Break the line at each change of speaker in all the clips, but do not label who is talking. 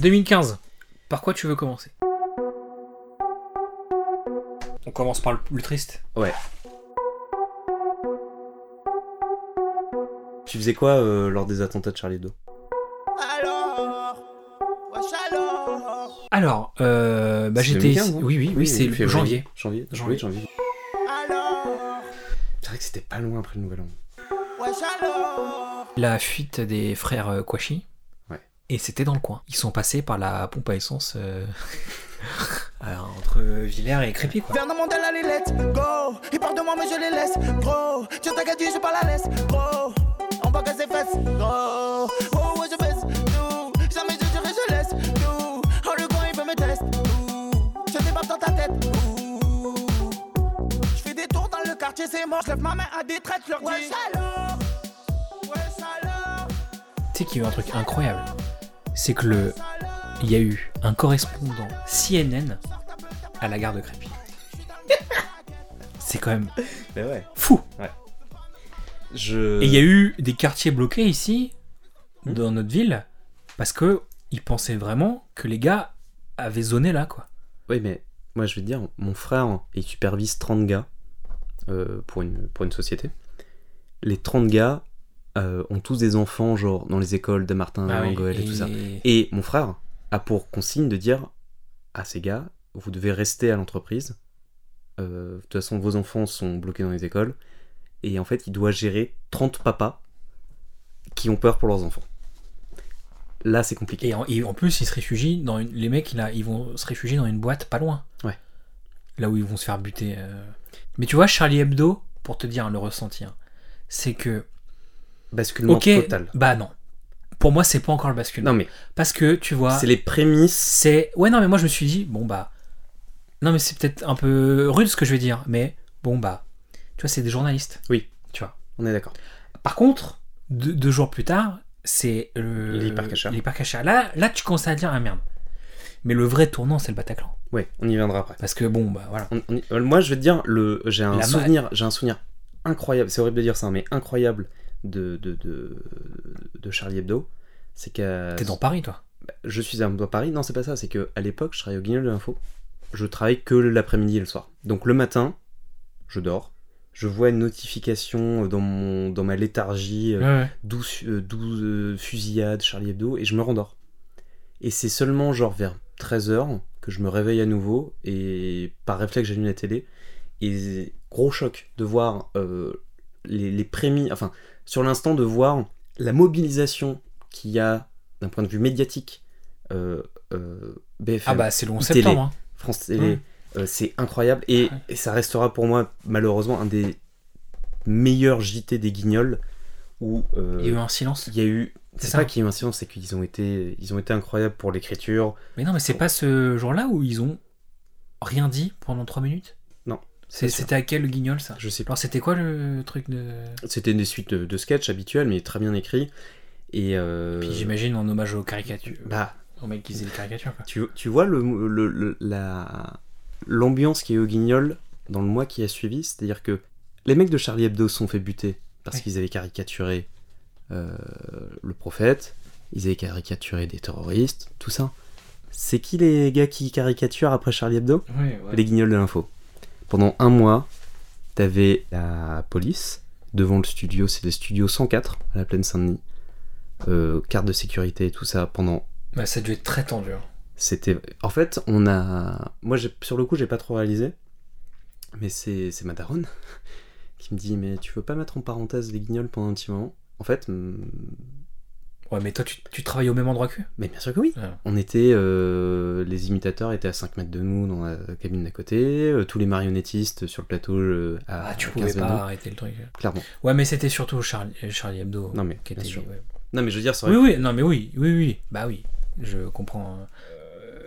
2015. Par quoi tu veux commencer
On commence par le plus triste.
Tu faisais quoi euh, lors des attentats de Charlie Hebdo
Alors Wesh alors
Alors, euh, bah,
C'est
j'étais.
2015, non
oui, oui, oui, c'est le
février.
janvier.
Janvier,
Janvier.
janvier, janvier.
Alors
C'est vrai que c'était pas loin après le Nouvel An.
Wesh alors
La fuite des frères euh, Kouachi.
Ouais.
Et c'était dans le coin. Ils sont passés par la pompe à essence euh, euh, entre Villers et Crépy, quoi.
Vernon Mandela les let's go Ils parlent de moi mais je les laisse Gros Je t'ai dit je parle à l'aise Gros On va casser fesses Gros Oh ouais je baisse tout Jamais je dirai je laisse tout Oh le grand il veut me test tout Je débarque dans ta tête tout Je fais des tours dans le quartier c'est mort Je lève ma main à des traites je leur dis Wesh alors Wesh alors
Tu sais qu'il y a eu un truc incroyable. C'est que le. Il y a eu un correspondant CNN à la gare de Crépy. C'est quand même
Mais ouais.
fou.
Je...
Et il y a eu des quartiers bloqués ici, dans notre ville, parce que ils pensaient vraiment que les gars avaient zoné là, quoi.
Oui, mais moi je vais te dire, mon frère, il supervise 30 gars euh, pour, une, pour une société. Les 30 gars euh, ont tous des enfants, genre dans les écoles de Martin,
Ah
Angoel et... tout ça. Et mon frère a pour consigne de dire à ces gars, vous devez rester à l'entreprise. Euh, de toute façon, vos enfants sont bloqués dans les écoles. Et en fait, il doit gérer 30 papas qui ont peur pour leurs enfants. Là, c'est compliqué.
Et en, et en plus, ils se réfugient dans une... les mecs, là, ils vont se réfugier dans une boîte pas loin.
Ouais.
Là où ils vont se faire buter. euh. Mais tu vois, Charlie Hebdo, pour te dire hein, le ressenti, hein, c'est que
Basculement
ok,
total.
bah non. Pour moi, c'est pas encore le basculement.
Non, mais
Parce que tu vois,
c'est les prémices.
c'est ouais non mais moi je me suis dit bon bah non mais c'est peut-être un peu rude ce que je vais dire, mais bon bah tu vois c'est des journalistes.
On est d'accord.
Par contre, deux, deux jours plus tard, c'est le
L'hypercacher.
l'hypercacher. Là, là tu commences à dire ah merde. Mais le vrai tournant c'est le Bataclan.
Ouais, on y viendra après.
Parce que bon, bah voilà.
On- on y- euh, Moi, je vais te dire, le... j'ai un
La ma-
souvenir, j'ai un souvenir incroyable. C'est horrible de dire ça, mais incroyable de de, de, de Charlie Hebdo. C'est qu'à
T'es dans Paris, toi.
je suis à Paris. Non, c'est pas ça. C'est que à l'époque, je travaillais au Guignol de l'info. Je travaille que l'après-midi et le soir. Donc le matin, je dors. Je vois une notification dans, mon, dans ma léthargie. euh, 12, euh, 12, euh, fusillades, Charlie Hebdo, et je me rendors. Et c'est seulement genre vers 13h que je me réveille à nouveau, et par réflexe j'allume la télé, et gros choc de voir euh, les, les prémis, enfin sur l'instant de voir la mobilisation qu'il y a d'un point de vue médiatique, euh, euh, BFM,
Ah bah c'est le 11
Télé.
septembre. hein.
France Télé,
Mm.
euh, c'est incroyable, et,
Ouais.
et ça restera pour moi malheureusement un des meilleurs JT des guignols, où... euh,
Il y a eu un silence.
il y a eu.
C'est
C'est
ça.
pas qu'il y a eu un silence, c'est qu'ils ont été, ils ont été incroyables pour l'écriture.
Mais non, mais c'est pas ce jour-là où ils ont rien dit pendant 3 minutes
Non,
C'est-
sûr.
C'était à quel guignol ça
Je sais pas.
Alors c'était quoi le truc de.
C'était des suites de, de sketchs habituels, mais très bien écrits. Et. euh,
Puis j'imagine en hommage aux caricatures.
Bah,
Au mec qui faisait les caricatures quoi.
tu, tu vois le, le- le- la l'ambiance qui est au Guignol dans le mois qui a suivi, c'est-à-dire que les mecs de Charlie Hebdo se sont fait buter parce
Ouais.
qu'ils avaient caricaturé euh, le prophète, ils avaient caricaturé des terroristes, tout ça. C'est qui les gars qui caricaturent après Charlie Hebdo
Ouais, ouais.
les guignols de l'info. Pendant un mois, t'avais la police devant le studio, c'est le studio 104 à la plaine Saint-Denis. Euh, carte de sécurité et tout ça pendant.
Bah ça a dû être très tendu. hein.
C'était. En fait, on a. Moi, j'ai- sur le coup, j'ai pas trop réalisé. Mais c'est c'est ma daronne qui me dit Mais tu veux pas mettre en parenthèse les guignols pendant un petit moment En fait, hum,
Ouais, mais toi tu, tu travailles au même endroit qu'eux
mais bien sûr que oui
Ouais.
On était. euh, les imitateurs étaient à 5 mètres de nous dans la cabine d'à côté. euh, tous les marionnettistes sur le plateau euh, à
Ah, tu
15
pouvais
mètres de
pas
nous.
arrêter le truc.
Clairement.
Ouais, mais c'était surtout Charlie, euh, Charlie Hebdo.
Non, mais,
qui
bien
était-
sûr.
ouais.
Non, mais je veux dire, ça
Oui,
aurait-
oui, non, mais oui, oui, oui. Bah oui, je comprends. Euh,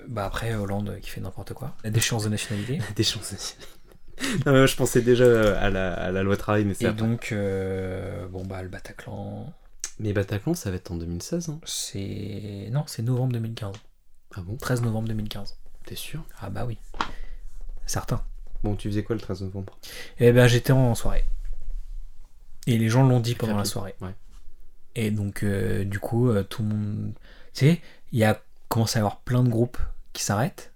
Bah après, Hollande euh, qui fait n'importe quoi. La déchéance de nationalité.
des chances. non, mais moi, je pensais déjà à la, à la loi travail, mais c'est
Et
après.
donc, euh, bon bah le Bataclan,
Mais Bataclan, ça va être en 2016, hein.
c'est. Non, c'est novembre 2015.
Ah bon
13 novembre 2015.
T'es sûr
Ah bah oui. Certain.
Bon, tu faisais quoi le 13 novembre
Eh ben j'étais en soirée. Et les gens l'ont dit pendant la
Rapide.
soirée.
Ouais.
Et donc euh, du coup euh, tout le monde. Tu sais, il y a commence à y avoir plein de groupes qui s'arrêtent.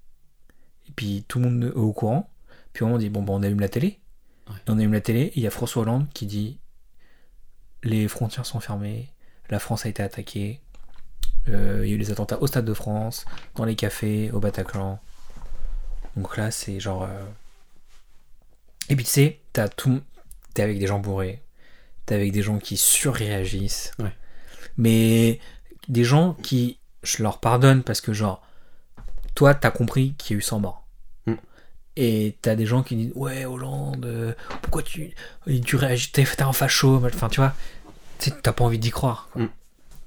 Et puis tout le monde est au courant. Puis on dit bon, bon, on allume la télé.
Ouais.
Et on allume la télé. et Il y a François Hollande qui dit les frontières sont fermées, la France a été attaquée, euh, il y a eu les attentats au Stade de France, dans les cafés, au Bataclan. Donc là, c'est genre. euh, Et puis tu sais, t'as tout... t'es avec des gens bourrés, t'es avec des gens qui surréagissent.
Ouais.
Mais des gens qui, je leur pardonne parce que, genre, toi, t'as compris qu'il y a eu 100 morts.
Mm.
Et t'as des gens qui disent Ouais, Hollande, euh, pourquoi tu, euh, tu réagis T'es t'es un facho. mal- Enfin, tu vois, tu sais, t'as pas envie d'y croire. quoi.
Mm.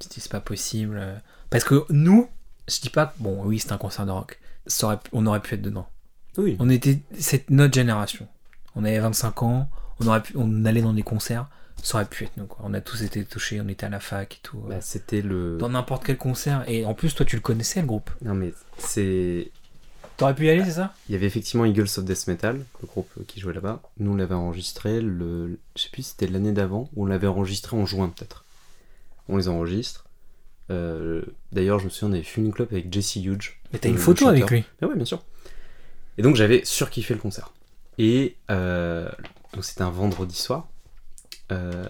Tu te dis, C'est pas possible. euh. Parce que nous, je dis pas que, bon, oui, c'est un concert de rock. Ça aurait- on aurait pu être dedans.
Oui.
On était, c'est notre génération. On avait 25 ans, on, aurait pu, on allait dans des concerts, ça aurait pu être nous. Quoi. On a tous été touchés, on était à la fac et tout.
Bah, c'était le.
Dans n'importe quel concert. Et en plus, toi, tu le connaissais, le groupe.
Non mais c'est.
T'aurais pu y aller, c'est ça
Il y avait effectivement Eagles of Death Metal, le groupe qui jouait là-bas. Nous on l'avait enregistré, le... je sais plus si c'était l'année d'avant, ou on l'avait enregistré en juin peut-être. On les enregistre. Euh, D'ailleurs, je me souviens, on avait fait une clope avec Jesse Huge.
Mais t'as
le-
une
le
photo
chanteur.
avec lui.
Ah ouais, bien sûr. Et donc j'avais surkiffé le concert. Et euh, donc c'était un vendredi soir. Euh,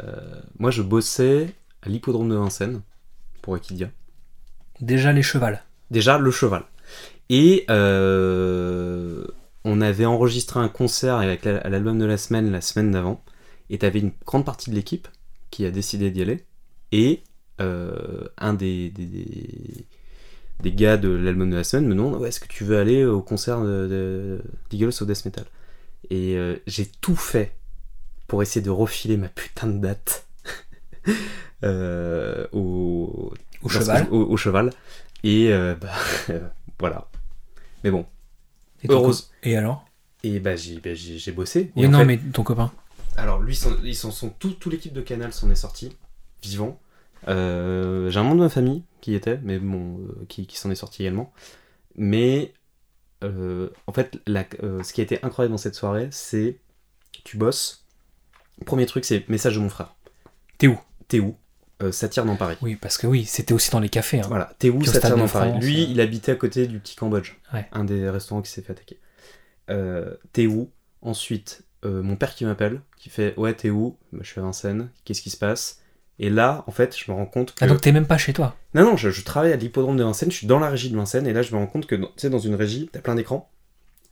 moi je bossais à l'hippodrome de Vincennes pour Equidia.
Déjà, les chevals.
Déjà le cheval. Et euh, on avait enregistré un concert avec la- à l'album de la semaine la semaine d'avant. Et t'avais une grande partie de l'équipe qui a décidé d'y aller. Et euh, un des, des, des- des gars de l'album de la semaine me demande Ouais, Est-ce que tu veux aller au concert de, de, d'Eagles au Death Metal Et euh, j'ai tout fait pour essayer de refiler ma putain de date euh, au,
Au
lorsque
cheval.
je- Au, au cheval. Et euh, bah, voilà. Mais bon.
Et, ton
Heureuse.
co- et alors
Et bah j'ai bah, j'ai- j'ai bossé. Et
Oui,
en
non,
fait-
mais ton copain.
Alors lui, son- ils sont, sont tout, tout l'équipe de Canal s'en est sorti, vivant. Euh, j'ai un membre de ma famille qui y était, mais bon, euh, qui, qui s'en est sorti également. Mais euh, en fait, la- euh, ce qui a été incroyable dans cette soirée, c'est tu bosses. Premier truc, c'est message de mon frère.
T'es où
T'es où Euh, Ça tire dans Paris.
Oui, parce que oui, c'était aussi dans les cafés. hein.
Voilà, t'es où
Puis au
ça
Stade
tient
de
dans Paris
France,
Lui,
ouais.
il habitait à côté du petit Cambodge,
Ouais.
un des restaurants qui s'est fait attaquer. Euh, t'es où Ensuite, euh, mon père qui m'appelle, qui fait Ouais, t'es où Bah, Je suis à Vincennes, qu'est-ce qui se passe Et là, en fait, je me rends compte que.
Ah, donc t'es même pas chez toi.
Non, non, je, je travaille à l'hippodrome de Vincennes, je suis dans la régie de Vincennes, et là, je me rends compte que, dans- tu sais, dans une régie, t'as plein d'écrans,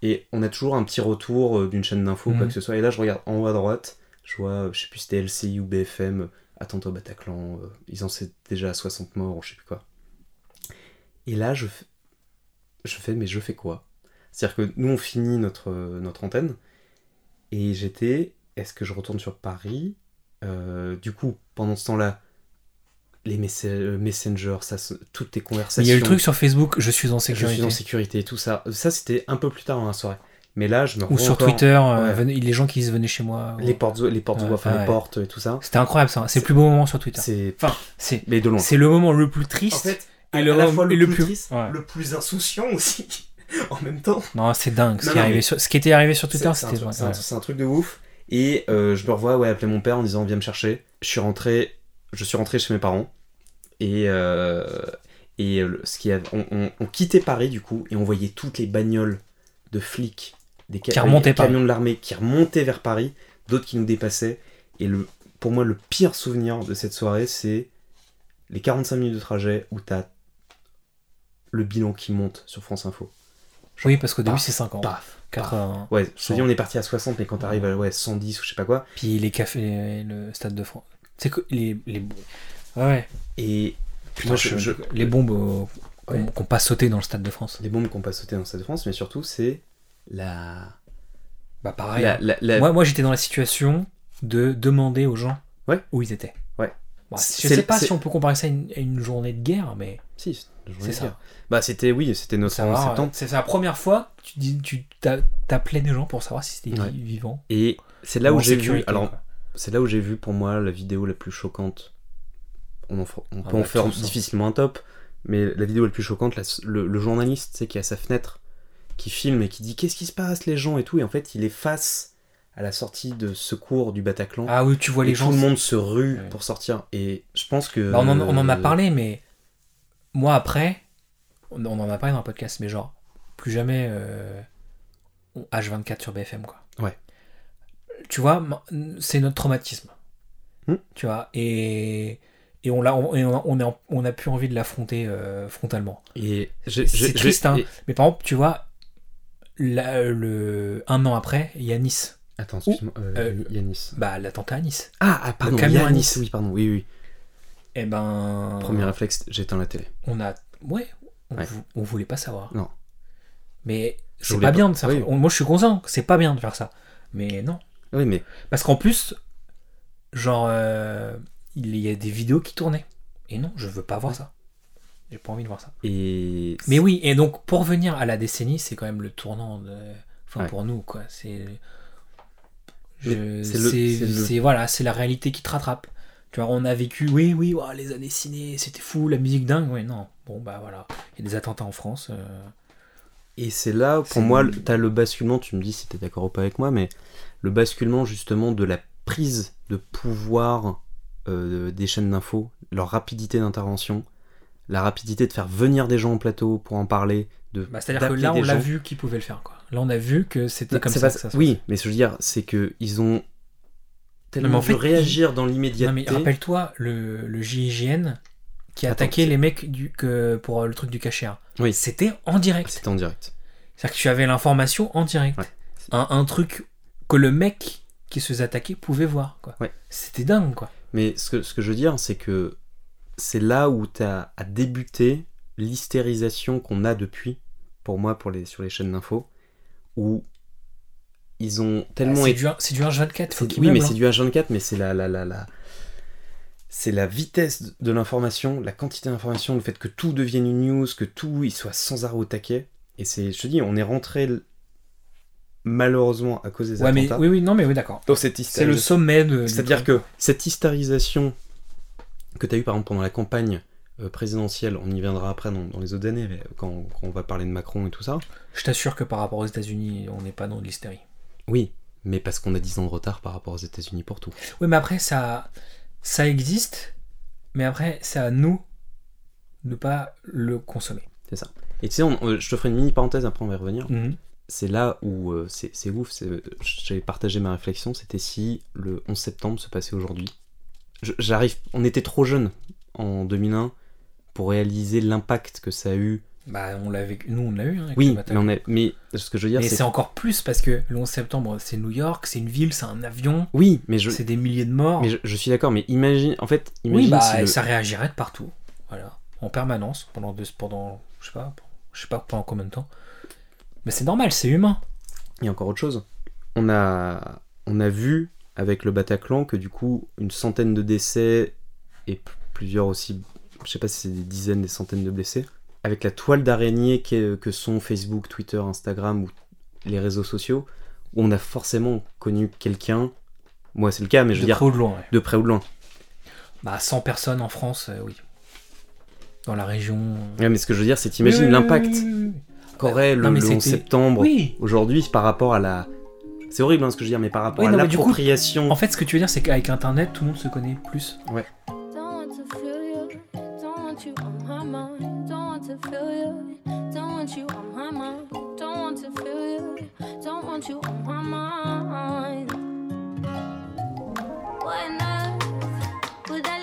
et on a toujours un petit retour euh, d'une chaîne d'infos ou quoi
Mhm.
que ce soit, et là, je regarde en haut à droite, je vois, euh, je sais plus si c'était LCI ou BFM, attente au Bataclan, euh, ils en sont déjà à 60 morts, ou je sais plus quoi. Et là, je, f- je fais, mais je fais quoi C'est-à-dire que nous, on finit notre, euh, notre antenne, et j'étais, est-ce que je retourne sur Paris Euh, Du coup, pendant ce temps-là, les messa- euh, Messenger, ça, se- toutes tes
Mais
conversations.
Il y a eu le truc sur Facebook, je suis en
je
sécurité.
suis en sécurité, tout ça. Ça, c'était un peu plus tard dans la soirée. Mais là, je me
Ou
rends
sur
encore-
Twitter, euh,
Ouais.
venez- les gens qui disent venez chez moi.
Les
Ou-
portes, les portes,
Ouais,
enfin,
ouais.
les portes et tout ça.
C'était incroyable ça. hein. C'est
C'est-
le plus beau moment sur Twitter.
C'est,
Enfin, c'est
mais de loin.
c'est le moment le plus triste. et le moment- et le plus- ouais.
le plus insouciant aussi, en même temps.
Non, c'est dingue. Ce,
Non,
qui est
non,
arrivé
mais-
sur- ce qui était arrivé sur Twitter,
C'est- c'est un
c'était.
truc- C'est
ouais.
un, c'est un truc de ouf. Et euh, je me revois ouais, appeler mon père en disant viens me chercher. Je suis rentré, je suis rentré chez mes parents. Et, euh, et le- ce qui a- on, on- on quittait Paris du coup et on voyait toutes les bagnoles de flics, des ca-
Qui remontaient
des
pas.
camions de l'armée qui remontaient vers Paris, d'autres qui nous dépassaient. Et le, pour moi, le pire souvenir de cette soirée, c'est les 45 minutes de trajet où t'as le bilan qui monte sur France Info.
Oui, parce qu'au début,
Paf,
c'est 50.
Paf,
80.
Ouais, je te
Bon.
dis, on est parti à 60, mais quand t'arrives à ouais, 110 ou je sais pas quoi.
Puis les cafés, le Stade de France. C'est que les. les... Ouais, ouais.
Et
Putain,
moi,
je-
je- je-
Les bombes au- qu'on
Ouais.
qu'on pas sauté dans le Stade de France.
les bombes qu'on pas sautées dans le Stade de France, mais surtout, c'est la.
Bah, pareil.
la- la- la-
Moi, moi j'étais dans la situation de demander aux gens
Ouais.
où ils étaient.
Ouais.
Bon, je
C'est-
sais pas
c'est-
si on peut comparer ça à une, à une journée de guerre, mais
Si, je voulais
c'est ça.
dire. Bah, c'était, oui, c'était notre
Ça
11
va,
septembre.
euh, C'est c'est la première fois que tu, dis- tu t'a- t'appelais des gens pour savoir si c'était
Ouais.
vivant.
Et c'est là
ou en
où j'ai vu.
sécurité,
Alors,
quoi.
c'est là où j'ai vu pour moi la vidéo la plus choquante. On, en fera- on peut
bah,
en faire
tous, hein.
difficilement un top, mais la vidéo la plus choquante, la- le, le journaliste, c'est qui est à sa fenêtre, qui filme et qui dit qu'est-ce qui se passe les gens et tout, et en fait il est face à la sortie de secours du Bataclan.
Ah oui, tu vois
Et
les gens.
tout le monde se rue
Ouais.
Euh, pour sortir. Et je pense que.
Bah, on, en, on en a parlé, mais moi après, on, on en a parlé dans un podcast, mais genre, plus jamais euh, on- H24 sur BFM, quoi.
Ouais.
Tu vois, ma- c'est notre traumatisme.
Hmm.
Tu vois, et, et, on, l'a- on, et on, a- on est en- on a plus envie de l'affronter euh, frontalement.
Et j'ai-
C'est
j'ai- j'ai-
triste, hein.
et-
Mais par exemple, tu vois, là, euh, le... un an après, il y a Nice.
Attends, excuse-moi, euh,
euh,
Yanis.
Bah, l'attentat à Nice.
Ah, ah, pardon,
camion à
Yanis,
Nice.
oui, pardon, oui, oui.
Eh ben,
Premier réflexe, j'éteins la télé.
on a. Ouais, on,
Ouais.
vou- on voulait pas savoir.
Non.
Mais
Je
c'est
voulais
pas,
pas.
bien de ça.
Oui.
On- Moi, je suis conscient que c'est pas bien de faire ça. Mais non.
Oui, mais
Parce qu'en plus, genre, euh, il y a des vidéos qui tournaient. Et non, je veux pas voir ça. J'ai pas envie de voir ça.
et
Mais oui, et donc pour venir à la décennie, c'est quand même le tournant, de... enfin
Ouais.
pour nous quoi. C'est,
Mais
Je-
c'est le-
c'est
c'est le-
c'est- voilà, c'est la réalité qui te rattrape. Tu vois, on a vécu, oui, oui, ouah, les années ciné, c'était fou, la musique dingue, ouais, non. Bon bah voilà, il y a des attentats en France. euh,
Et c'est là,
C'est-
pour moi, le- t'as le basculement, tu me dis si t'es d'accord ou pas avec moi, mais le basculement justement de la prise de pouvoir euh, des chaînes d'infos, leur rapidité d'intervention, la rapidité de faire venir des gens au plateau pour en parler, de...
bah, c'est-à-dire que
d'appeler
là, on
des
l'a
gens.
vu qu'ils pouvaient le faire quoi. Là, on a vu que c'était
Non,
comme
Bah, c'est
ça.
pas
que ça se
Oui, mais ce que je veux dire, c'est que ils ont
Non, mais
tellement
en
fait,
fait,
réagir dans
Non, mais
l'immédiateté.
rappelle-toi le, le JIGN qui a
Attends,
attaqué
c'est-
les mecs du, que, pour le truc du cachère.
Oui.
C'était en direct.
C'était en direct.
C'est-à-dire que tu avais l'information en direct.
Ouais.
Un, un truc que le mec qui se faisait attaquer pouvait voir. quoi.
Ouais.
C'était dingue, quoi.
Mais ce que, ce que je veux dire, c'est que c'est là où t'as à débuter l'hystérisation qu'on a depuis, pour moi, pour les, sur les chaînes d'infos, où ils ont tellement
Bah, C'est
été-
du, un- c'est du 1-24, faut
c'est-
qu'il
Oui,
meuble,
mais c'est
hein.
du H24, mais c'est la, la, la, la- C'est la vitesse de l'information, la quantité d'information, le fait que tout devienne une news, que tout il soit sans arrêt au taquet. Et c'est, je te dis, on est rentré l- malheureusement à cause des
Ouais, mais,
attentats.
oui, oui, non, mais oui, d'accord.
dans cette
C'est le euh,
hystérisation.
sommet de.
C'est-à-dire que cette hystarisation que tu as eue par exemple pendant la campagne euh, présidentielle, on y viendra après dans, dans les autres années, mais quand, quand on va parler de Macron et tout ça.
Je t'assure que par rapport aux États-Unis, on n'est pas dans de l'hystérie.
Oui, mais parce qu'on a 10 ans de retard par rapport aux États-Unis pour tout.
Oui, mais après, ça, ça existe, mais après, c'est à nous de pas le consommer.
Et tu sais, on- euh, je te ferai une mini parenthèse, après on va y revenir. C'est là où euh, c'est c'est ouf, c'est- euh, j'avais partagé ma réflexion, c'était si le 11 septembre se passait aujourd'hui. Je- J'arrive, on était trop jeunes en 2001 pour réaliser l'impact que ça a eu.
Bah, on l'a vécu, nous, on l'a eu. hein, avec le
Oui, mais,
Bataclan.
on est- mais ce que je veux dire,
Mais
c'est
c'est encore plus parce que le 11 septembre, c'est New York, c'est une ville, c'est un avion,
oui, mais je,
c'est des milliers de morts.
Mais je, je suis d'accord, mais imagine, en fait, imagine
Oui, bah,
si le-
et ça réagirait de partout. Voilà. En permanence, pendant deux, pendant, je sais pas, je sais pas pendant combien de temps. Mais c'est normal, c'est humain.
il y a encore autre chose. On a, on a vu avec le Bataclan que du coup, une centaine de décès et p- plusieurs aussi, je sais pas si c'est des dizaines, des centaines de blessés, avec la toile d'araignée qu'est- que sont Facebook, Twitter, Instagram ou les réseaux sociaux, où on a forcément connu quelqu'un. Moi, c'est le cas, mais je veux
de
dire
près ou de loin. ouais.
de près ou de loin.
Bah, 100 personnes en France, euh, oui. Dans la région.
Ouais, mais ce que je veux dire, c'est t'imagines l'impact
Oui, oui, oui.
qu'aurait le,
Non, mais
le 11
c'était-
septembre.
Oui.
aujourd'hui par rapport à la. C'est horrible hein, ce que je veux dire, mais par rapport
Oui,
à
non, mais du coup,
l'appropriation.
En fait, ce que tu veux dire, c'est qu'avec Internet, tout le monde se connaît plus.
Don't want to feel you, don't want you on my mind. Don't want to feel you, don't want you on my mind. Don't want to feel you, don't want you on my mind. What on earth would I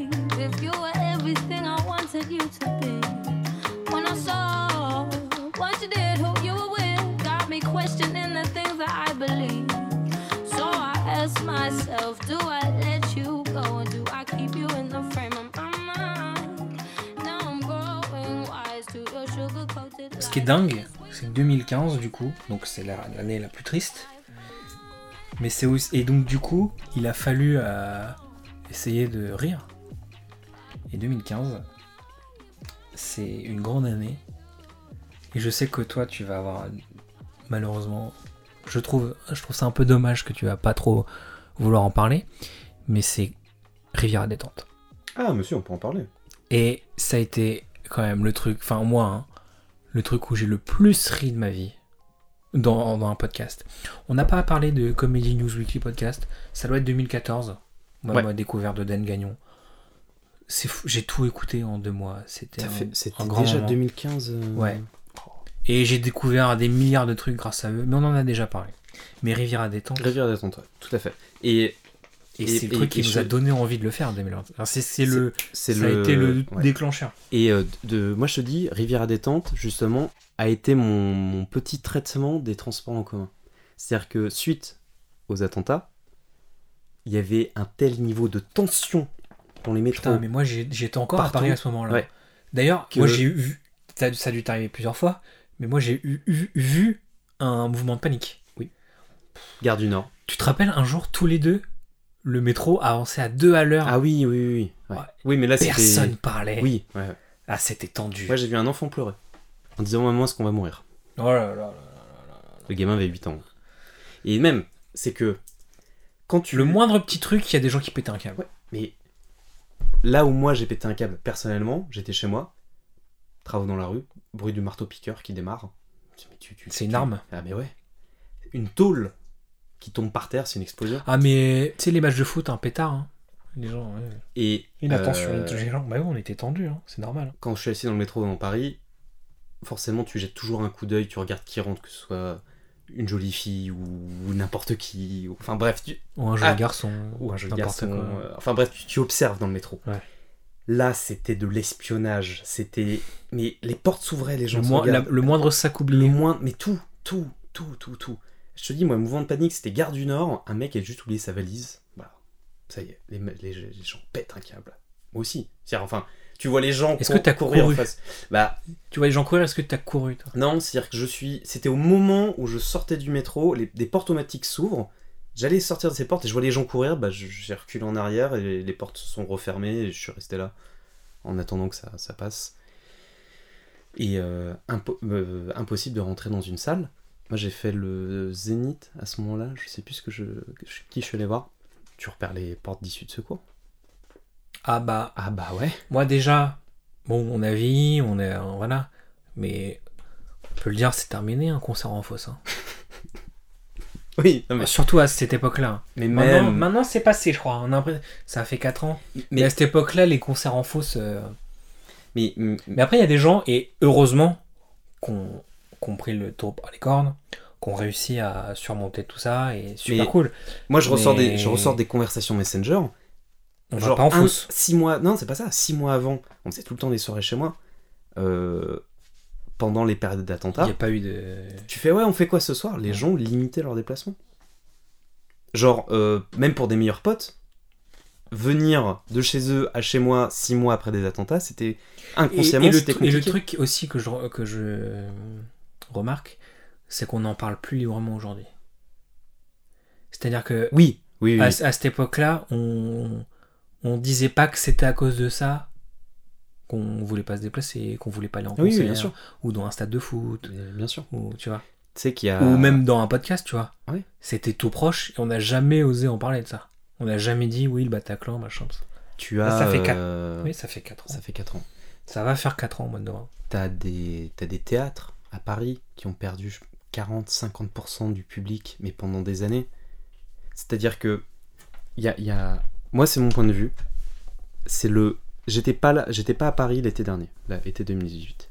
live if you were everything I wanted you to be? When I saw what you did, who you were with, got me questioning the things that I believe. So I ask myself, do I let you go or do I keep you in the frame of my mind? Now I'm growing wise to your sugar coated.
Ce qui est dingue, c'est que 2015, du coup, donc c'est la- l'année la plus triste. Mais c'est aussi... Et donc, du coup, il a fallu euh, essayer de rire. Et 2015, c'est une grande année. Et je sais que toi, tu vas avoir, malheureusement, je trouve, je trouve ça un peu dommage que tu vas pas trop vouloir en parler. Mais c'est Rivière à détente.
Ah, monsieur, on peut en parler.
Et ça a été quand même le truc, enfin moi, hein, le truc où j'ai le plus ri de ma vie dans, dans un podcast. On n'a pas parlé de Comedy News Weekly Podcast, ça doit être 2014. Moi,
Ouais.
ma découverte de Dan Gagnon. c'est fou, j'ai tout écouté en deux mois. C'était
Ça
un,
fait- C'était
un grand
déjà
moment.
2015. euh,
Ouais. Et j'ai découvert des milliards de trucs grâce à eux, mais on en a déjà parlé. Mais Riviera Détente,
Rivière d'attente, ouais, tout à fait. Et
et,
et-
c'est le
et-
truc qui
et
nous
je-
a donné envie de le faire en 2020. Alors, c'est, c'est le,
c'est
ça
le.
a été le
ouais.
déclencheur.
Et euh, de, moi je te dis, Riviera détente, justement, a été mon, mon petit traitement des transports en commun. C'est-à-dire que suite aux attentats, il y avait un tel niveau de tension dans les métros.
Putain, mais moi j'ai- j'étais encore à
Partout.
Paris à ce moment-là.
Ouais.
D'ailleurs,
Que-
moi j'ai vu, ça, ça a dû t'arriver plusieurs fois, mais moi j'ai eu, eu- vu un mouvement de panique.
Gare du Nord.
Tu te rappelles un jour, tous les deux, le métro avançait à deux à l'heure,
Ah oui, oui, oui. Oui, ouais.
Ouais.
oui mais là c'était.
personne parlait.
Oui, ouais, ouais.
Ah, c'était tendu.
Moi j'ai vu un enfant pleurer en disant maman est-ce qu'on va mourir.
Oh là là là.
Le gamin avait 8 ans. Et même, c'est que quand tu
Le moindre petit truc, il y a des gens qui pétaient un câble.
Ouais. Mais là où moi j'ai pété un câble personnellement, j'étais chez moi, travaux dans la rue, bruit du marteau piqueur qui démarre. Je dis, mais tu- tu-
C'est une
tu-
arme.
Ah mais ouais. Une tôle qui tombe par terre, c'est une explosion.
Ah, mais tu sais, les matchs de foot, un pétard. hein. Les gens, ouais.
Et
Une
euh,
attention, une touche des gens. Bah oui, on était tendu, c'est normal. hein.
quand je suis assis dans le métro dans Paris, forcément tu jettes toujours un coup d'œil, tu regardes qui rentre, que ce soit une jolie fille ou, ou n'importe qui. ou- Enfin bref, tu,
Ou un joli
Ah.
garçon.
ou un jeu de
n'importe
garçon,
quoi.
euh, enfin bref, tu, tu observes dans le métro.
Ouais.
Là, c'était de l'espionnage. C'était. Mais les portes s'ouvraient, les gens
Le,
se
moin- la-
regardaient.
le moindre sac
Le
oublié.
moins. Mais tout, tout, tout, tout, tout. Je te dis, moi, mouvement de panique, c'était Gare du Nord. Un mec a juste oublié sa valise. Voilà. Ça y est, les, me- les- les gens pètent un câble. Moi aussi. C'est-à-dire, enfin, tu vois les gens
Est-ce
cou-
que t'as
courir
couru
en face. Bah,
Tu vois les gens courir, est-ce que t'as couru, toi
non, c'est-à-dire que je suis. C'était au moment où je sortais du métro, les, des portes automatiques s'ouvrent. J'allais sortir de ces portes et je vois les gens courir. Bah, je- j'ai reculé en arrière et les, les portes se sont refermées et je suis resté là en attendant que ça, ça passe. Et euh, impo- euh, impossible de rentrer dans une salle. Moi, j'ai fait le Zénith à ce moment-là. Je sais plus ce que je, je- qui je suis allé voir. Tu repères les portes d'issue de secours.
Ah bah,
Ah bah ouais.
moi déjà, bon, on a vie, on est, euh, voilà, mais on peut le dire, c'est terminé un concert en fosse. hein.
Oui. non, mais,
Surtout à cette époque-là.
mais
Maintenant,
même-
maintenant, c'est passé, je crois. hein. On a l'impression- ça a fait 4 ans. Mais,
mais-
à cette époque-là, les concerts en fosse. euh,
mais- mais-
Mais après, il y a des gens, et heureusement, qu'on qu'on pris le tour par les cornes, qu'on réussi à surmonter tout ça, et super
Mais-
cool.
moi, je ressors
mais-
des, je ressors des conversations Messenger.
On va
Genre
Bah, pas en
un-
fosse.
six mois, non, c'est pas ça. Six mois avant, on faisait tout le temps des soirées chez moi. euh, pendant les périodes
Il
d'attentat,
n'y a pas eu de.
tu fais ouais, on fait quoi ce soir Les gens limitaient leurs déplacements. Genre, euh, même pour des meilleurs potes, venir de chez eux à chez moi six mois après des attentats, c'était
Et, et
inconsciemment
le,
c'était
tru- et le
compliqué.
truc aussi que je, que je remarque, c'est qu'on n'en parle plus librement aujourd'hui. C'est-à-dire que
Oui, oui, oui.
à, à cette époque-là, on on disait pas que c'était à cause de ça qu'on voulait pas se déplacer, qu'on voulait pas aller en
Oui, oui,
concert,
bien sûr.
ou dans un stade de foot,
Bien sûr.
ou tu vois,
Tu sais qu'il y a.
Euh, ou même dans un podcast, tu vois.
Ouais.
C'était tout proche et on n'a jamais osé en parler de ça. On n'a jamais dit oui le Bataclan, machin. tout ça.
Tu as.
ça fait quatre-
euh,
Oui, ça fait 4 ans.
Ça fait 4 ans.
Ça va faire 4 ans au mois de novembre.
T'as des, t'as des théâtres à Paris qui ont perdu je- 40-50% du public, mais pendant des années. C'est-à-dire que. Y a, y a... Moi, c'est mon point de vue. C'est le. J'étais pas, là... j'étais pas à Paris l'été dernier, là, été 2018.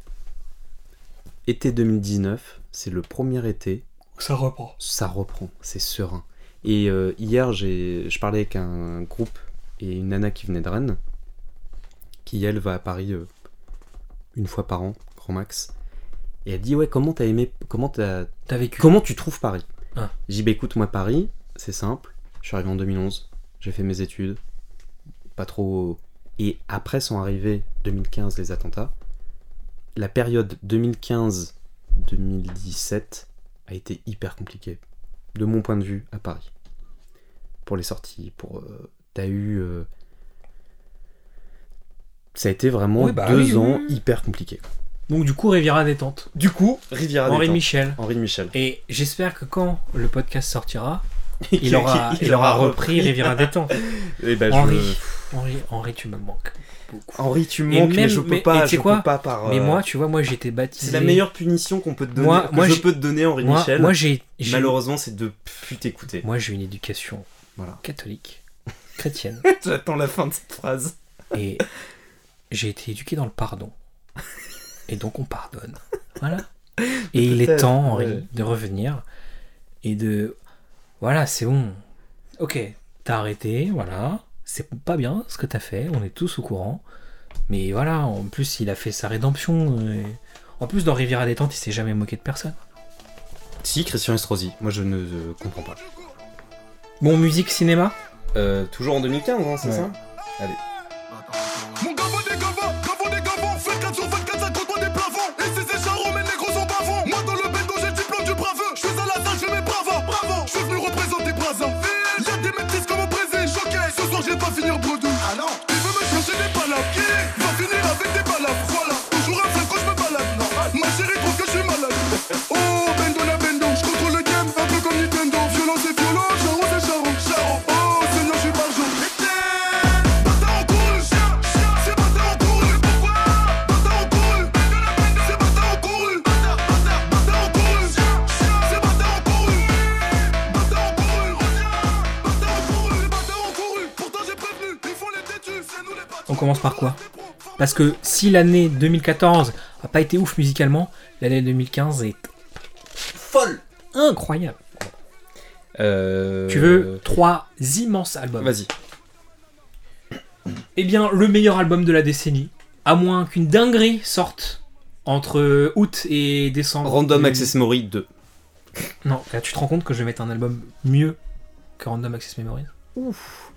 Été 2019, c'est le premier été
Ça reprend.
ça reprend, c'est serein. Et euh, hier, j'ai, je parlais avec un groupe et une nana qui venait de Rennes, qui elle va à Paris euh, une fois par an, grand max. Et elle dit ouais, comment t'as aimé, comment t'as,
T'as vécu
comment tu trouves Paris
Ah.
J'ai dit bah écoute, moi Paris, c'est simple. Je suis arrivé en 2011, j'ai fait mes études, pas trop. Et après sont arrivés 2015 les attentats. La période 2015-2017 a été hyper compliquée, de mon point de vue, à Paris. Pour les sorties, pour. euh, T'as eu. euh, Ça a été vraiment
Oui, bah
deux
oui,
ans
oui, oui.
hyper compliqués.
Donc du coup, Riviera détente.
Du coup, Riviera
Henri
détente.
Michel.
Henri Michel.
Et j'espère que quand le podcast sortira, il aura, il, aura, repris Riviera détente.
Eh ben, je-
Henri, Henri, Henri, tu me manques beaucoup.
Henri, tu me
Et
manques, mais
même-
je peux
mais- et
pas.
tu sais
Je
quoi
peux pas par.
Mais
euh,
moi, tu vois, moi j'ai été baptisé.
c'est la meilleure punition qu'on peut te donner.
Moi-
que
moi,
je
j'ai-
peux te donner, Henri
Moi,
Michel.
moi j'ai, j'ai-
Malheureusement, c'est de plus t'écouter.
moi j'ai une éducation
Voilà.
catholique, chrétienne.
J'attends la fin de cette phrase.
Et j'ai été éduqué dans le pardon. Et donc on pardonne. Voilà. Et il est
Peut-être,
temps, Henri,
ouais.
de revenir et de. Voilà, c'est bon. Ok, t'as arrêté, voilà. C'est pas bien ce que t'as fait, on est tous au courant. Mais voilà, en plus, il a fait sa rédemption. et- En plus, dans Rivière à détente, il s'est jamais moqué de personne.
Si, Christian Estrosi, moi je ne euh, comprends pas.
Bon, musique, cinéma
Euh, toujours en 2015, hein, c'est
Ouais.
ça
Mon gamin des gavins, gavon des gavons, 24 sur 24, ça compte pas des plafonds. Et c'est ces charros, mes négros sont bavons. Moi dans le béton, j'ai le diplôme du brave. Je suis à la salle, j'ai mes bravos, bravo. Je suis venu représenter Brazzaville. Y'a des métis comme au Brésil, choqué. Ce soir, j'ai pas finir bredouille. Ah non, il veut me chercher des palabres. Qui va finir avec des palabres? Voilà, toujours un flingue quand je me balade. Normal. Ma chérie trouve que je suis malade. Oh, bendo la bendo, je contrôle le game, un peu comme Nintendo. Violence et violent, charron c'est charron. Charron, oh, seigneur, je suis pas jaune. Bâtard en courant, le chien, chien, c'est bâtard en courant, mais pourquoi Bâtard en courant, bendo la bendo, c'est bâtard en courant. Bâtard, bâtard, bâtard en courant, chien, chien, c'est bâtard en courant. Bâtard en courant, reviens. Bâtard en courant, les bâtards en courant. Pourtant j'ai prévenu, ils font les têtus, c'est nous les bâtards.
On commence par quoi Parce que si l'année 2014 a pas été ouf musicalement, l'année 2015 est
Folle
incroyable. Tu veux trois immenses albums.
Vas-y.
Eh bien, le meilleur album de la décennie, à moins qu'une dinguerie sorte entre août et décembre.
Random
Euh,
Access Memory 2.
Non, là, tu te rends compte que je vais mettre un album mieux que Random Access Memories Ouf.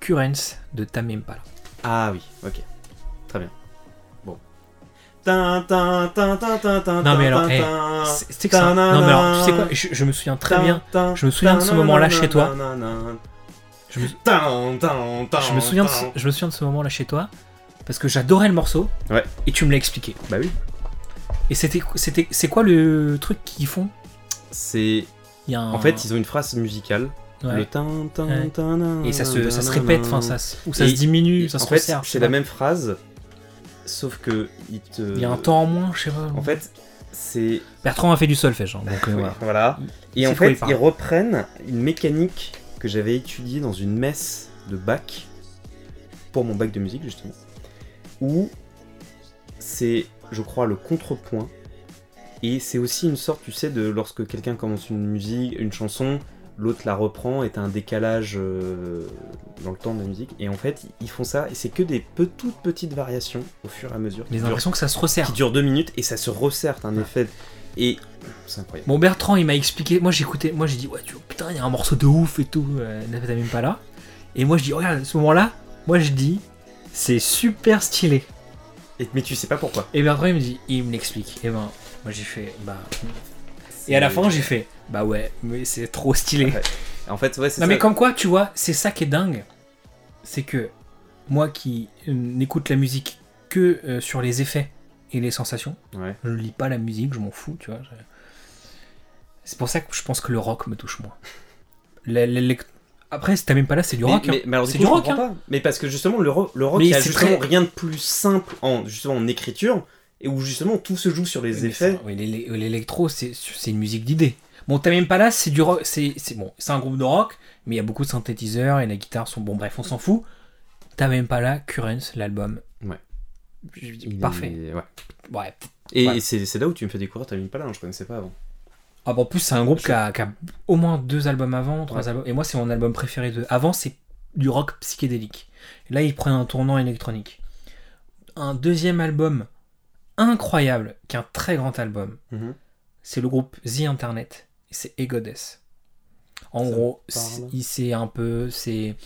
Currents de Tame Impala.
Ah oui, ok. Très bien. Bon. Non
mais alors, eh, C'est c'est que ça. Non mais alors, tu sais quoi je, je me souviens très bien. Je me souviens de ce moment-là chez toi. Je me- Je me souviens de ce, je me souviens de ce moment là chez toi parce que j'adorais le morceau.
Ouais.
Et tu me l'as expliqué.
Bah oui.
Et c'était c'était c'est quoi le truc qu'ils font
C'est.
Il y a un-
En fait, ils ont une phrase musicale.
ouais.
Le tin, tin,
Ouais.
tin, nan,
et ça se
nan,
ça se
nan,
répète,
nan.
enfin ça se- ou ça
Et-
se diminue, ça
en
se
fait,
resserre. je
c'est
sais
la
pas.
même phrase, sauf que il te.
Il y a un temps en moins, je sais pas.
En fait, c'est
Bertrand a fait du solfège, hein, donc euh,
Oui,
voilà.
voilà. Et
C'est
en
quoi,
fait,
il parle
ils reprennent une mécanique que j'avais étudiée dans une messe de bac, pour mon bac de musique justement, où c'est, je crois, le contrepoint. Et c'est aussi une sorte, tu sais, de lorsque quelqu'un commence une musique, une chanson, l'autre la reprend et t'as un décalage euh, dans le temps de la musique. Et en fait, ils font ça, et c'est que des pe- toutes petites variations au fur et à mesure.
Mais
qui
j'ai
durent-
l'impression que ça se resserre.
qui dure deux minutes et ça se resserre, t'as un effet. Et c'est incroyable.
Bon Bertrand il m'a expliqué, moi j'écoutais, moi j'ai dit ouais tu vois, putain il y a un morceau de ouf et tout, euh, t'as même pas là. Et moi je dis regarde à ce moment là, moi je dis c'est super stylé.
Et- mais tu sais pas pourquoi.
Et Bertrand il me dit, il me l'explique. Et ben, moi j'ai fait, bah. Et à la fin j'ai fait, bah ouais, mais c'est trop stylé.
Ouais, En fait, ouais, c'est
non
ça.
mais comme quoi, tu vois, c'est ça qui est dingue, c'est que moi qui euh, n'écoute la musique que euh, sur les effets et les sensations,
Ouais.
je lis pas la musique, je m'en fous, tu vois. je- C'est pour ça que je pense que le rock me touche moins. La- la- la- Après, si t'as même pas là, c'est du
Mais,
rock. hein.
mais- mais alors, du
C'est
coup,
du
je
rock,
comprends pas. Mais parce que justement, le, ro- le rock,
Mais
il y a
c'est
justement
très-
rien de plus simple en, justement, en écriture, et où justement tout se joue sur les
Oui, mais
effets.
ça, oui, l'é- l'é- l'électro, c'est c'est une musique d'idées. Bon, t'as même pas là, c'est du rock. C'est c'est- bon, c'est un groupe de rock, mais il y a beaucoup de synthétiseurs et la guitare sont bon. Bref, on s'en fout. T'as même pas là, Currents, l'album.
Ouais.
Je dis,
Il est-
Parfait.
ouais.
Ouais.
Et,
Ouais.
et c'est c'est là où tu me fais découvrir T'as mis pas là, je connaissais pas avant.
Ah, bon, en plus, c'est un groupe qui a, qui a au moins deux albums avant, trois
Ouais.
albums. Et moi, c'est mon album préféré de. Avant, c'est du rock psychédélique. Là, ils prennent un tournant électronique. Un deuxième album incroyable, qui est un très grand album.
Mhm.
c'est le groupe The Internet et c'est Egodes. En
Ça
gros,
me parle.
c'est il- c'est un peu c'est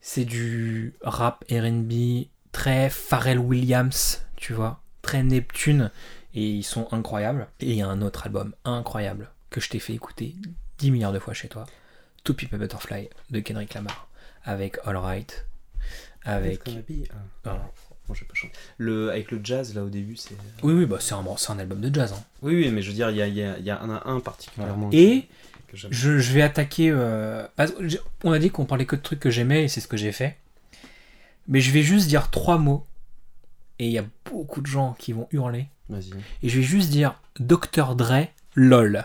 c'est du rap R&B très Pharrell Williams, tu vois, très Neptune et ils sont incroyables. Et il y a un autre album incroyable que je t'ai fait écouter 10 milliards de fois chez toi, To Pimp a Butterfly de Kendrick Lamar avec All Right avec euh, Voilà.
Bon, je vais pas chanter. Le, avec le jazz, là, au début, c'est.
oui oui bah c'est un c'est un album de jazz hein.
Oui, oui, mais je veux dire, il y, a- il y a- il y en a un particulièrement.
Et
que- que j'aime.
Je, je vais attaquer. euh, parce que j'ai- on a dit qu'on parlait que de trucs que j'aimais et c'est ce que j'ai fait. Mais je vais juste dire trois mots. Et il y a beaucoup de gens qui vont hurler.
Vas-y.
Et je vais juste dire Dr. Dre, lol.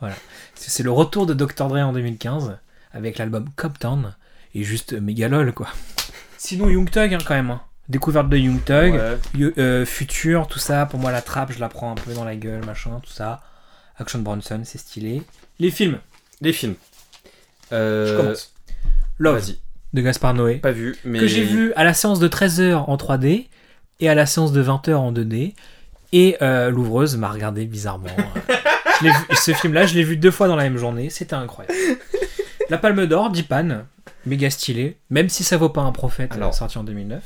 Voilà. C'est c'est le retour de Dr. Dre en 2015 avec l'album Compton. Et juste euh, méga lol quoi. Sinon, Young Thug, hein, quand même. hein. Découverte de Young Thug.
Ouais.
Yo- euh, Future, tout ça. Pour moi, la trappe, je la prends un peu dans la gueule, machin, tout ça. Action Bronson, c'est stylé. Les films,
Les films. Euh,
je commence. Love
Vas-y.
de Gaspard Noé.
Pas vu, mais.
que j'ai vu à la séance de 13h en 3D et à la séance de 20h en 2D. Et euh, l'ouvreuse m'a regardé bizarrement. Euh, je l'ai vu- ce film-là, je l'ai vu deux fois dans la même journée. C'était incroyable. La Palme d'Or, Dipan, méga stylé, même si ça vaut pas un prophète,
Alors.
sorti en 2009.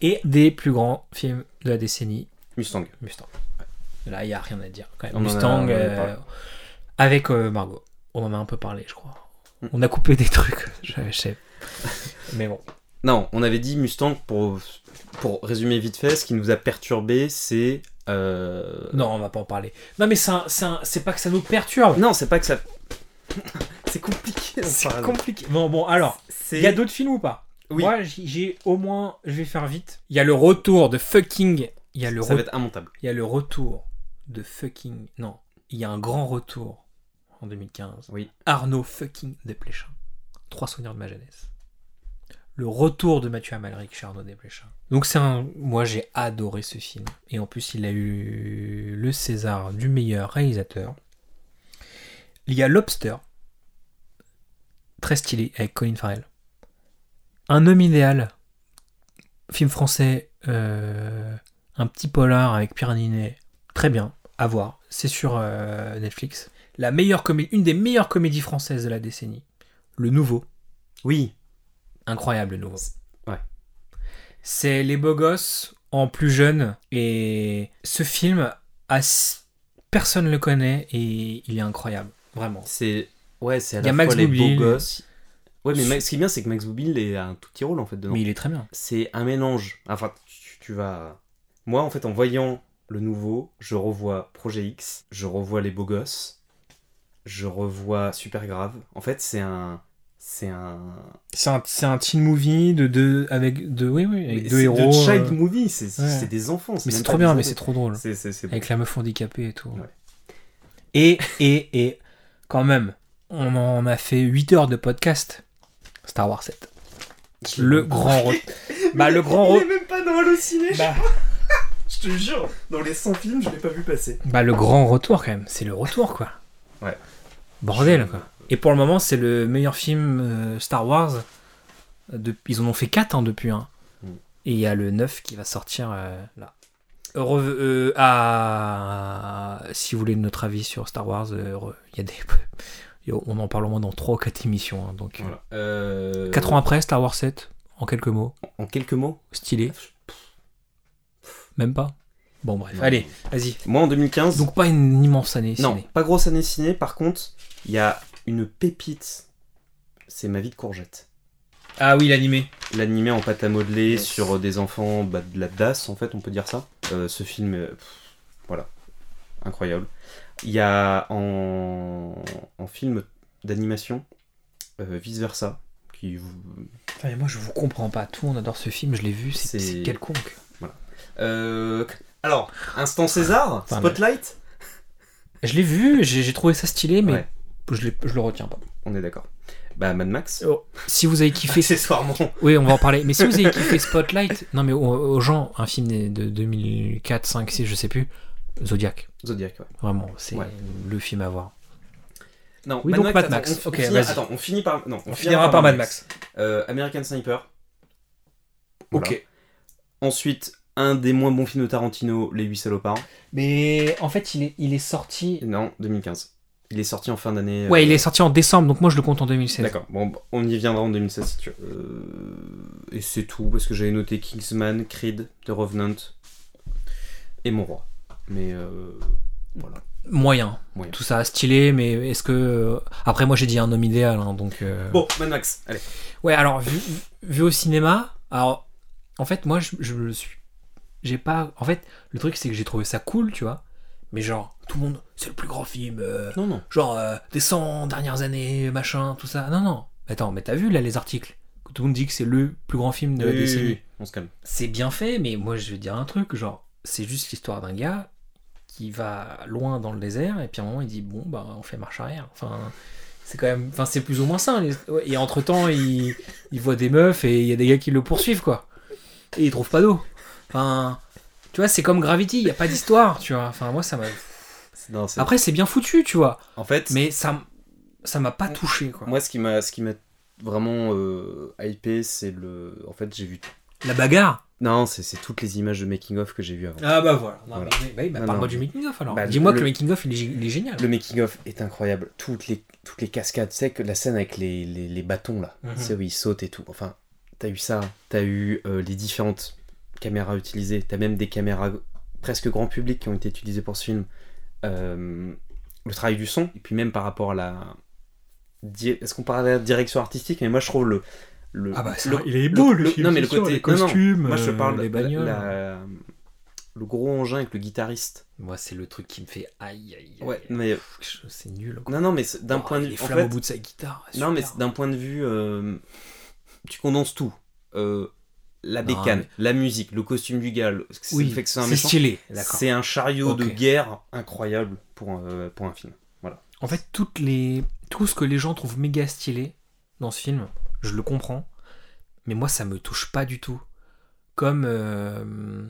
Et des plus grands films de la décennie,
Mustang.
Mustang. Là, il n'y a rien à dire. quand même.
On en a-
Mustang
on en a
euh,
parlé.
avec euh, Margot. On en a un peu parlé, je crois.
Mm.
On a coupé des trucs, je je sais. Mais bon.
Non, on avait dit Mustang pour, pour résumer vite fait. Ce qui nous a perturbé, c'est. euh,
Non, on va pas en parler. Non, mais c'est un- c'est un- c'est pas que ça nous perturbe.
Non, c'est pas que ça. c'est compliqué.
C'est
enfin,
compliqué. Bon, bon, alors,
c'est-
il y a d'autres films ou pas
Oui.
Moi, j'ai- j'ai au moins, je vais faire vite. Il y a le retour de fucking. Il y a le,
Ça
re-
va être immontable.
il y a le retour de fucking. Non, il y a un grand retour en 2015.
Oui.
Arnaud fucking Desplechin. Trois souvenirs de ma jeunesse. Le retour de Mathieu Amalric chez Arnaud Desplechin. Donc c'est un... Moi j'ai adoré ce film. Et en plus il a eu le César du meilleur réalisateur. Il y a Lobster. Très stylé avec Colin Farrell. Un homme idéal. Film français. euh, un petit polar avec Pierre Ninet. Très bien. À voir. C'est sur euh, Netflix. La meilleure comé- une des meilleures comédies françaises de la décennie. Le nouveau.
Oui.
Incroyable, le nouveau.
ouais.
C'est les beaux gosses en plus jeune. Et ce film, a... s- personne le connaît et il est incroyable. Vraiment.
C'est. Ouais, c'est à
Il y a
la
Max
fois les
Boublil.
beaux gosses. Ouais, mais Max- ce qui est bien, c'est que Max Boublil est- a un tout petit rôle en fait dedans.
Mais il est très bien.
c'est un mélange. Enfin, tu, tu vas. Moi, en fait, en voyant le nouveau, je revois Projet X, je revois Les Beaux Gosses, je revois Super Grave. En fait, c'est un. C'est un.
C'est un, c'est un teen movie de deux, avec deux, oui, oui, avec
Mais
deux
c'est
héros.
de child
euh,
movie, c'est
ouais.
c'est des enfants.
Mais c'est
même
trop
pas
bien,
des
mais
ados.
c'est trop drôle.
C'est- c'est- c'est beau.
Avec la meuf handicapée et tout.
Ouais.
Et, et, et, quand même, on en a fait 8 heures de podcast. Star Wars 7. Le grand retour. bah, le grand
Il
retour.
est même pas dans Allociné,
Bah,
je te jure. Dans les 100 films, je l'ai pas vu passer.
bah, le grand retour, quand même. C'est le retour, quoi.
Ouais.
Bordel, quoi. Et pour le moment, c'est le meilleur film euh, Star Wars. De- Ils en ont fait 4 depuis. Hein.
Mm.
Et il y a le 9 qui va sortir euh, là. Re- euh, à- Si vous voulez notre avis sur Star Wars, euh, re- il y a des... Yo, on en parle au moins dans 3 ou 4 émissions. hein, donc, euh,
Voilà. Euh,
4 ans après, Star Wars 7, en quelques mots.
En quelques mots.
Stylé.
Ah,
Même pas. Bon, bref.
Non.
Allez, vas-y.
Moi, en 2015.
Donc, pas une immense année.
Non,
ciné.
pas grosse année ciné. Par contre, il y a une pépite. C'est ma vie de courgette.
Ah oui, l'animé.
L'animé en pâte à modeler sur des enfants bah, de la DAS, en fait, on peut dire ça. Euh, ce film, euh, pff, voilà, incroyable. Il y a en, en film d'animation, euh, Vice Versa, qui vous...
Putain, mais moi, je vous comprends pas. Tout, on adore ce film. Je l'ai vu. C'est
C'est-
c'est quelconque.
Euh, alors, Instant César,
Enfin,
Spotlight
Je l'ai vu, j'ai j'ai trouvé ça stylé, mais
Ouais.
je, l'ai- je le retiens pas.
On est d'accord. Bah, Mad Max,
Si vous avez kiffé,
accessoirement.
oui, on va en parler. Mais si vous avez kiffé Spotlight, non, mais aux, aux gens, un film de, de 2004, 5, 6, je sais plus, Zodiac,
Zodiac, ouais.
vraiment, c'est
Ouais.
le film à voir.
Non,
Oui, donc Mad
attends,
Max.
on fi-
Ok,
on finira-
vas-y.
Attends, on finit par... Non, on, Euh, American Sniper. Voilà.
Ok.
Ensuite, un des moins bons films de Tarantino, Les 8 salopards.
Mais en fait, il est, il est sorti.
Non, 2015. Il est sorti en fin d'année.
Ouais,
euh,
il est sorti en décembre, donc moi je le compte en 2016.
D'accord, bon, bah, on y viendra en 2016 si tu veux. Euh, Et c'est tout, parce que j'avais noté Kingsman, Creed, The Revenant et Mon Roi. Mais euh, voilà.
Moyen.
Moyen.
Tout ça stylé, mais est-ce que. euh, Après, moi j'ai dit un homme idéal, hein, donc. euh,
Bon, Mad Max, allez.
Ouais, alors vu, vu au cinéma, alors en fait moi je, je me suis j'ai pas en fait le truc c'est que j'ai trouvé ça cool, tu vois. Mais genre tout le monde c'est le plus grand film euh,
Non, non.
genre euh, des 100 dernières années, machin, tout ça. Non non. Attends, mais t'as vu là les articles que tout le monde dit que c'est le plus grand film de la décennie.
on se calme.
C'est bien fait, mais moi je vais dire un truc, genre c'est juste l'histoire d'un gars qui va loin dans le désert et puis à un moment il dit bon bah on fait marche arrière. Enfin, C'est quand même. Enfin, c'est plus ou moins ça. hein, les- ouais, Et entre temps, il... il voit des meufs et il y a des gars qui le poursuivent, quoi. Et il trouve pas d'eau. Enfin. Tu vois, c'est comme Gravity, il n'y a pas d'histoire, tu vois. Enfin, moi, ça m'a.
Non, c'est-
Après, c'est bien foutu, tu vois.
en fait,
Mais ça m- ça m'a pas touché, quoi.
moi, ce qui m'a, ce qui m'a vraiment euh, hypé, c'est le. En fait, j'ai vu.
La bagarre.
Non, c'est, c'est toutes les images de making of que j'ai vues avant.
Ah bah voilà. Non,
Voilà.
mais- bah oui, bah,
Non,
parle-moi
non.
du making-of alors.
Bah,
Dis-moi
le-
que le making-of, il, est gé- il est génial.
Le making of est incroyable. Toutes les, toutes les cascades, tu sais que la scène avec les, les, les bâtons là,
Mhm.
c'est où ils sautent et tout. Enfin, t'as eu ça, t'as eu euh, les différentes caméras utilisées, t'as même des caméras presque grand public qui ont été utilisées pour ce film. Euh, le travail du son, et puis même par rapport à la. di- Est-ce qu'on parle de la direction artistique Mais moi je trouve le. le
Ah bah, ça,
Euh, le-
Il est beau le,
le-
film.
non, mais
c'est
le
sûr,
côté-
les
non, non,
costumes,
Moi je
euh,
parle
les
la-
bagnoles.
la- le gros engin avec le guitariste.
Moi, c'est le truc qui me fait aïe aïe. aïe,
Ouais,
aïe.
mais.
Je- C'est nul. quoi.
Non, non, mais c'est- d'un
Oh,
point de
les
vue. en
flammes
fait,
au bout de sa guitare.
Non, mais
super.
d'un point de vue, euh, tu condenses tout. Euh, la
Non,
bécane, la musique, le costume du gars, le c'est
Oui,
le fait que c'est un
c'est
méchant.
stylé. D'accord.
C'est un chariot de
Ok.
guerre incroyable pour, euh, pour un film.
En fait, toutes les... tout ce que les gens trouvent méga stylé dans ce film, je le comprends, mais moi, ça me touche pas du tout. Comme, euh,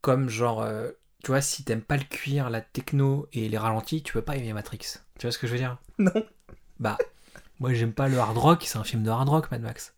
comme genre, euh, tu vois, si t'aimes pas le cuir, la techno et les ralentis, tu peux pas aimer Matrix. Tu vois ce que je veux dire
Non.
Bah, moi, j'aime pas le hard rock, c'est un film de hard rock, Mad Max.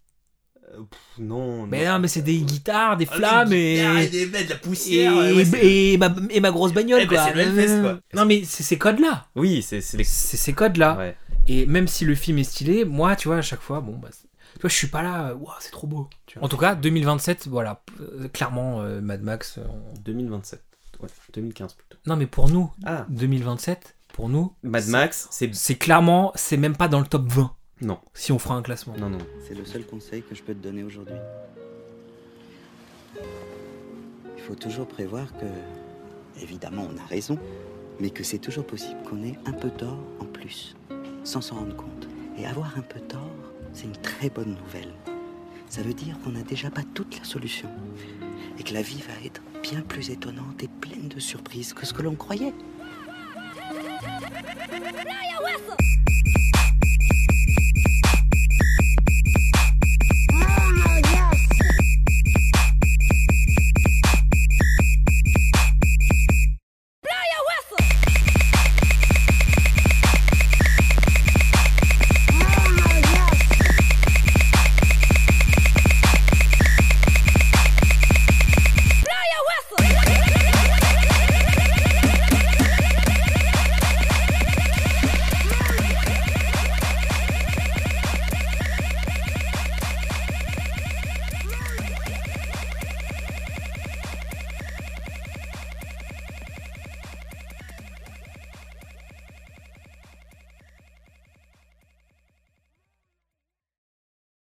non,
Mais non, mais c'est des guitares, des flammes et...
euh, ah, des de la
Et, et ma, et ma grosse bagnole,
Eh ben,
quoi.
c'est le Hellfest, quoi.
Non, mais c'est ces codes-là.
Oui, c'est c'est les.
C'est ces codes-là.
Ouais.
Et même si le film est stylé, moi, tu vois, à chaque fois, bon, bah, c'est- tu vois, je suis pas là, euh, Ouah, c'est trop beau. tu vois. En tout cas, 2027, voilà, p- euh, clairement, euh, Mad Max. euh, on-
2027. Ouais, 2015 plutôt.
Non, mais pour nous,
Ah,
2027, pour nous,
Mad
c'est-
Max, c'est.
c'est clairement, c'est même pas dans le top 20
Non,
si on fera un classement.
non, non.
C'est le seul conseil que je peux te donner aujourd'hui. Il faut toujours prévoir que, évidemment, on a raison, mais que c'est toujours possible qu'on ait un peu tort en plus, sans s'en rendre compte. Et avoir un peu tort, c'est une très bonne nouvelle. Ça veut dire qu'on n'a déjà pas toute la solution et que la vie va être bien plus étonnante et pleine de surprises que ce que l'on croyait.